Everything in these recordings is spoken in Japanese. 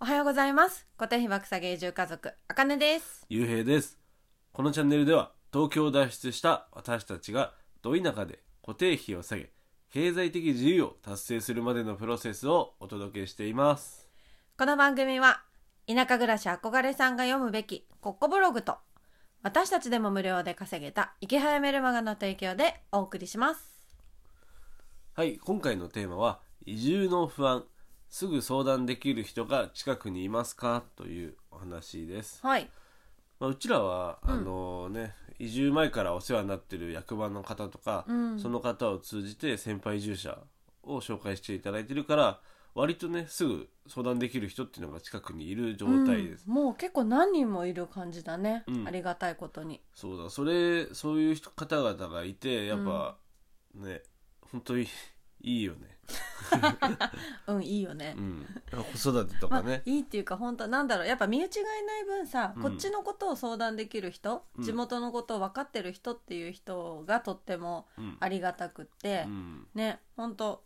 おはようございます。固定費爆下芸住家族、あかねです。ゆうへいですこのチャンネルでは東京を脱出した私たちがど田舎で固定費を下げ経済的自由を達成するまでのプロセスをお届けしていますこの番組は、田舎暮らし憧れさんが読むべきコッコブログと、私たちでも無料で稼げた池早メルマガの提供でお送りします。はい今回のテーマは移住の不安すぐ相談できる人が近くにいますかというお話です、はい。まあ、うちらは、あのね移住前からお世話になってる役場の方とか、うんその方を通じて先輩移住者を紹介していただいてるから割とねすぐ相談できる人っていうのが近くにいる状態です、うんもう結構何人もいる感じだね。うんありがたいことに。そうだそれそういう人方々がいてやっぱ、ね本当にいいよね、うん、いいよねう。ん、子育てとまあかね、いいっていうか本当なんだろうやっぱ身内がいない分さ、うんこっちのことを相談できる人、うん地元のことを分かってる人っていう人がとってもうんありがたくって、うんね本当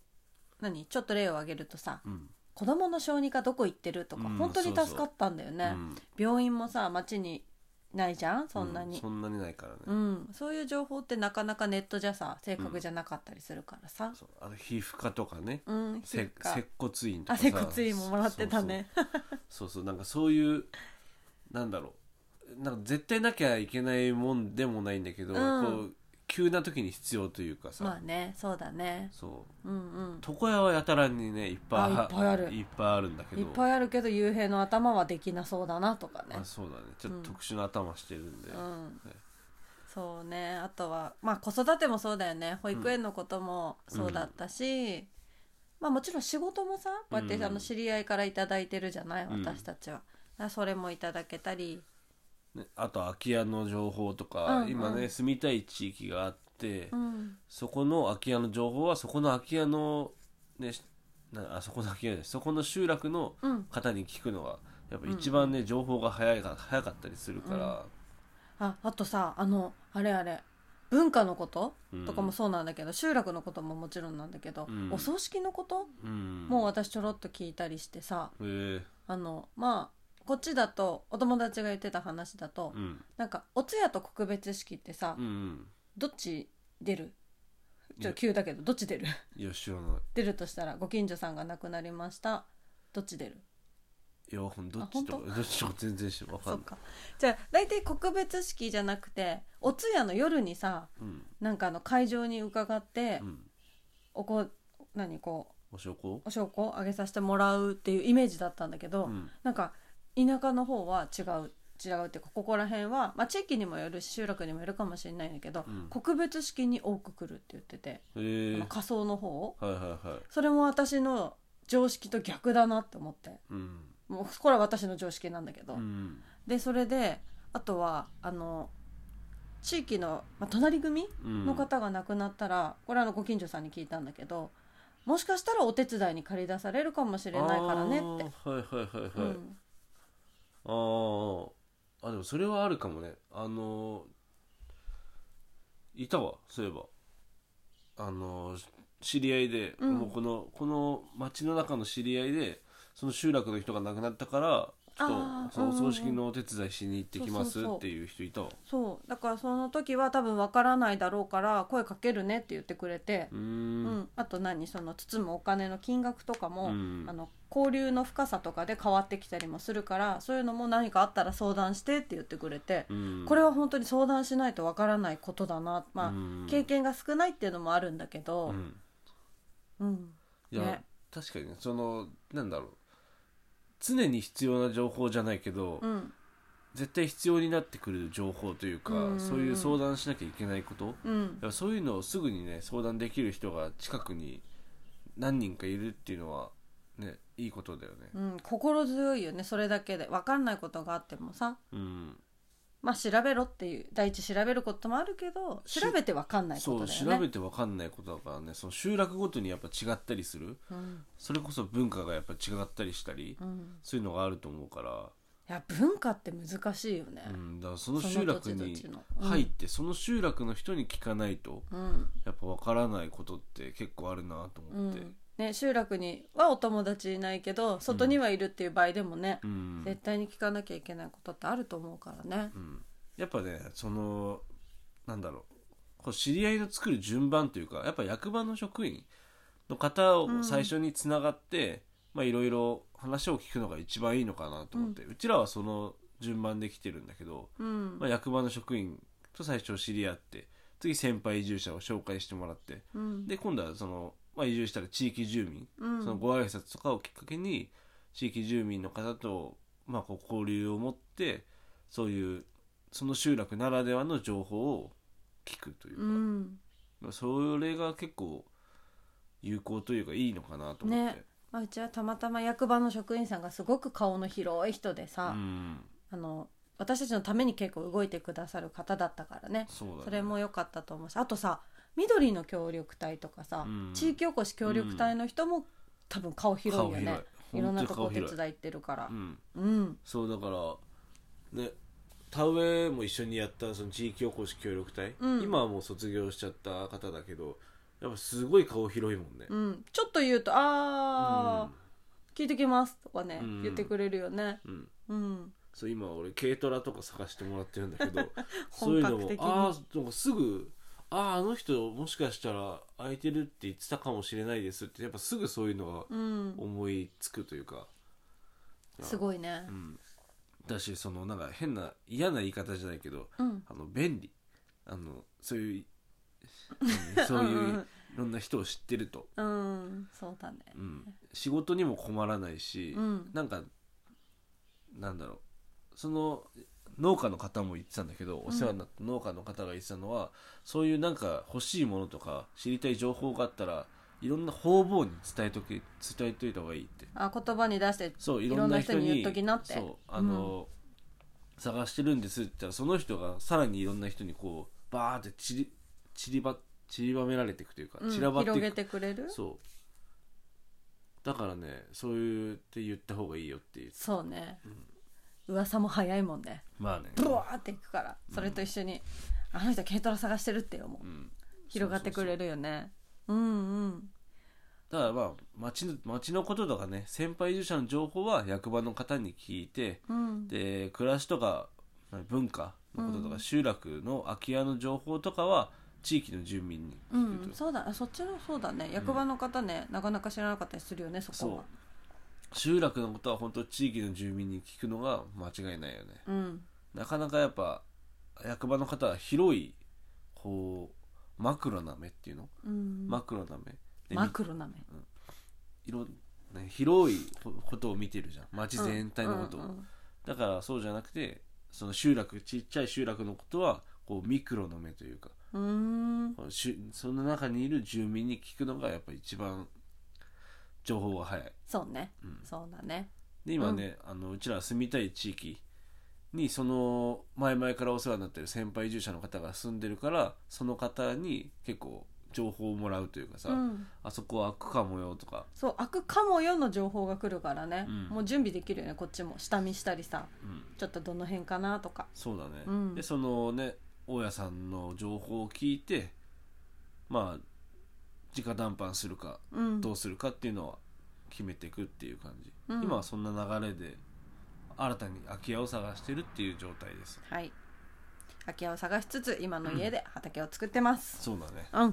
何ちょっと例を挙げるとさうん子供の小児科どこ行ってるとか、うん本当にそうそう助かったんだよねうん病院もさ町にないじゃんそんなうに、そんなにないからね、うんそういう情報ってなかなかネットじゃさ正確じゃなかったりするからさそうあの皮膚科とかねうん、皮膚せ科接骨院とあか接骨院ももらってたねそうそうなんかそういうなんだろうなんか絶対なきゃいけないもんでもないんだけど、うんこう急な時に必要というかさ、まあねそうだねそううん床屋はやたらにねいっぱあいいっぱいあるいっぱいあるんだけうんどいっぱいあるけど幽閉の頭はできなそうだなとかねあそうだねちょっと特殊な頭してるんで、うんそうねあとはまあ子育てもそうだよね保育園のこともそうだったし、まあもちろん仕事もさこうやってうんあの知り合いから頂いただいてるじゃないうん私たちは、だからそれもいただけたりねあと空き家の情報とか、うんうん今ね住みたい地域があって、うんそこの空き家の情報はそこの空き家のねしなあそこの空き家ですそこの集落のうん方に聞くのはやっぱ一番ね、情報が早いか早かったりするから、ああとさあのあれあれ文化のことうんとかもそうなんだけど、集落のことももちろんなんだけど、うんお葬式のことうんもう私ちょろっと聞いたりしてさへえあのまあこっちだとお友達が言ってた話だと、うんなんかお通夜と告別式ってさ、うんうんどっち出るいちょやっと急だけどどっち出る いや知らない出るとしたらご近所さんが亡くなりましたどっち出るいやほんどっあちと本かどっちとか全然しわかそんっないかじゃあ大体告別式じゃなくてお通夜の夜にさうんなんかあの会場に伺って、うんおこ何こお証拠うお証拠をあげさせてもらうっていうイメージだったんだけど、うんなんか田舎の方は違う違うっていうかここら辺は、まあ、地域にもよるし集落にもよるかもしれないんだけど、うん告別式に多く来るって言ってて、へえあの仮装の方をはいはいはいそれも私の常識と逆だなって思ってうんもうこれは私の常識なんだけど、うんでそれであとはあの地域の、まあ、隣組うんの方が亡くなったら、これはあのご近所さんに聞いたんだけどもしかしたらお手伝いに借り出されるかもしれないからねって、あーはいはいはういはい、ん、あーあでもそれはあるかもねあのーいたわそういえばあのーし知り合いで、うんもうこのこの町の中の知り合いでその集落の人が亡くなったからちょあっーとそのおうんうんうん葬式のお手伝いしに行ってきそうますそうそうっていう人いたわそうだからその時は多分わからないだろうから声かけるねって言ってくれてう、ーうんんあと何その包むお金の金額とかも、うんあの交流の深さとかで変わってきたりもするからそういうのも何かあったら相談してって言ってくれて、うんこれは本当に相談しないとわからないことだな、まあうん経験が少ないっていうのもあるんだけど、うんうんいや、ね確かにねそのなんだろう常に必要な情報じゃないけど、うん絶対必要になってくる情報というか、うんそういう相談しなきゃいけないこと、うんだからそういうのをすぐにね相談できる人が近くに何人かいるっていうのはねいいことだよねうん、心強いよねそれだけでわかんないことがあってもさうん、まあ調べろっていう第一調べることもあるけどし調べてわかんないこそとだう調よべね。て分かんないことだからねその集落ごとにやっぱ違ったりするうんそれこそ文化がやっぱ違ったりしたり、うん、そういうのがあると思うかいや文化って難しいよねら、、うん、だからそのその集落土に地々のうん入ってその集落の人に聞かないとうんやっぱ分からないことって結構あるなと思って、うんね、集落にはお友達いないけど外にはいるっていう場合でもね、うん絶対に聞かなきゃいけないことってあると思うからねう。ん、やっぱねそのなんだろうこう知り合いの作る順番というかやっぱ役場の職員の方を最初につながって、まあいろいろ話を聞くのが一番いいのかなと思って、うちらはその順番で来てるんだけど、うんまあ、役場の職員と最初知り合って次先輩移住者を紹介してもらってうんで今度はその、まあ、移住したら地域住民、うんそのご挨拶とかをきっかけに地域住民の方と、まあ、こう交流を持ってそういうその集落ならではの情報を聞くというか、うんまあそれが結構有効というかいいのかなと思って。ねまあ、うちはたまたま役場の職員さんがすごく顔の広い人でうさ、ん、あの私たちのために結構動いてくださる方だったからねそうだねそれも良かったと思うしあとさ緑の協力隊とかさ、うん地域おこし協力隊の人も、多分顔広いよね顔い広いろんなとこお本当手に顔広い伝い行ってるからうん、うんそうだからね田植えも一緒にやったその地域おこし協力隊、うん今はもう卒業しちゃった方だけどやっぱすごい顔広いもんね、うん、ちょっと言うと「あー、聞いてきます」とかね、うん言ってくれるよねうんうん、うんそう今俺軽トラとか探してもらってるんだけ どそうい本うの格も的にああなんかすぐあああの人もしかしたら空いてるって言ってたかもしれないですってやっぱすぐそういうのうがん思いつくというか、すごいねうんだしそのなんか変な嫌な言い方じゃないけどうんあの便利あのそういう うんそううんういんういろんな人を知ってると、うんそうだねうん、仕事にも困らないし、うんなんかなんだろうその農家の方も言ってたんだけどお世話になった農家の方が言ってたのは、そういうなんか欲しいものとか知りたい情報があったらいろんな方々に伝えとけ伝えといた方がいいってあ言葉に出してそういいろんろんなな人人にに言っときなってそうあの、探してるんですって言ったらその人がさらにいろんな人にこうバーって散り散りば散りばめられていくというか、うん散らばってい広くげてくれるそうだからねそういうって言った方がいいよっていうそうね、噂も早いもんねまあねブワーっていくからそれと一緒に、あの人軽トラ探してるってよもううん広がってくれるるよねうんうんただまあ町の町のこととかね先輩住者の情報は役場の方に聞いてうんで暮らしとか文化のこととか、集落の空き家の情報とかは地域の住民にう聞くと、ん、そうだあそっちのそうだね役場の方ね、なかなか知らなかったりするよねそこそはう集落のことは本当地域の住民に聞くのが間違いないよねうんなかなかやっぱ役場の方は広いこうマクロな目っていうの、うんマクロな目でマクロな目いろね広いこことを見てるじゃん町全体のことを、うんうんだからそうじゃなくてその集落ちっちゃい集落のことはこうミクロの目というかうんうーんこの集その中にいる住民に聞くのがやっぱ一番情報が早いそうね、そうだねで今ね、うあのうちら住みたい地域にその前々からお世話になってる先輩移住者の方が住んでるからその方に結構情報をもらうというかさ、うんあそこは開くかもよとか、そう開くかもよの情報が来るからね、うんもう準備できるよねこっちも下見したりさうん、ちょっとどの辺かなとかそうだね、うんでそのね大家さんの情報を聞いてまあ直談判するかうんどうするかっていうのは決めていくっていう感じ、うん今はそんな流れで新たに空き家を探してるっていう状態ですはい空き家を探しつつ今の家で畑を作ってますそうだね、うんはい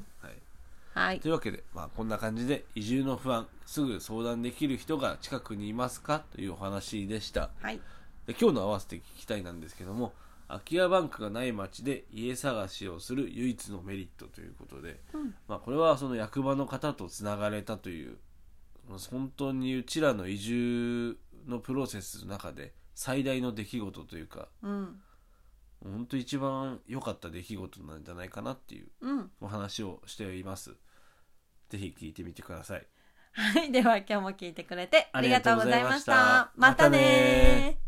はいというわけで、まあ、こんな感じで移住の不安すぐ相談できる人が近くにいますかというお話でしたはいで今日の合わせて聞きたいなんですけども空き家バンクがない町で家探しをする唯一のメリットということで、まあ、これはその役場の方とつながれたというもう本当にうちらの移住のプロセスの中で最大の出来事というかうん本当一番良かった出来事なんじゃないかなっていううんお話をしています。ぜひ聞いてみてください。はいでは今日も聞いてくれてありがとうございましたありがとまたうございましたねまたねー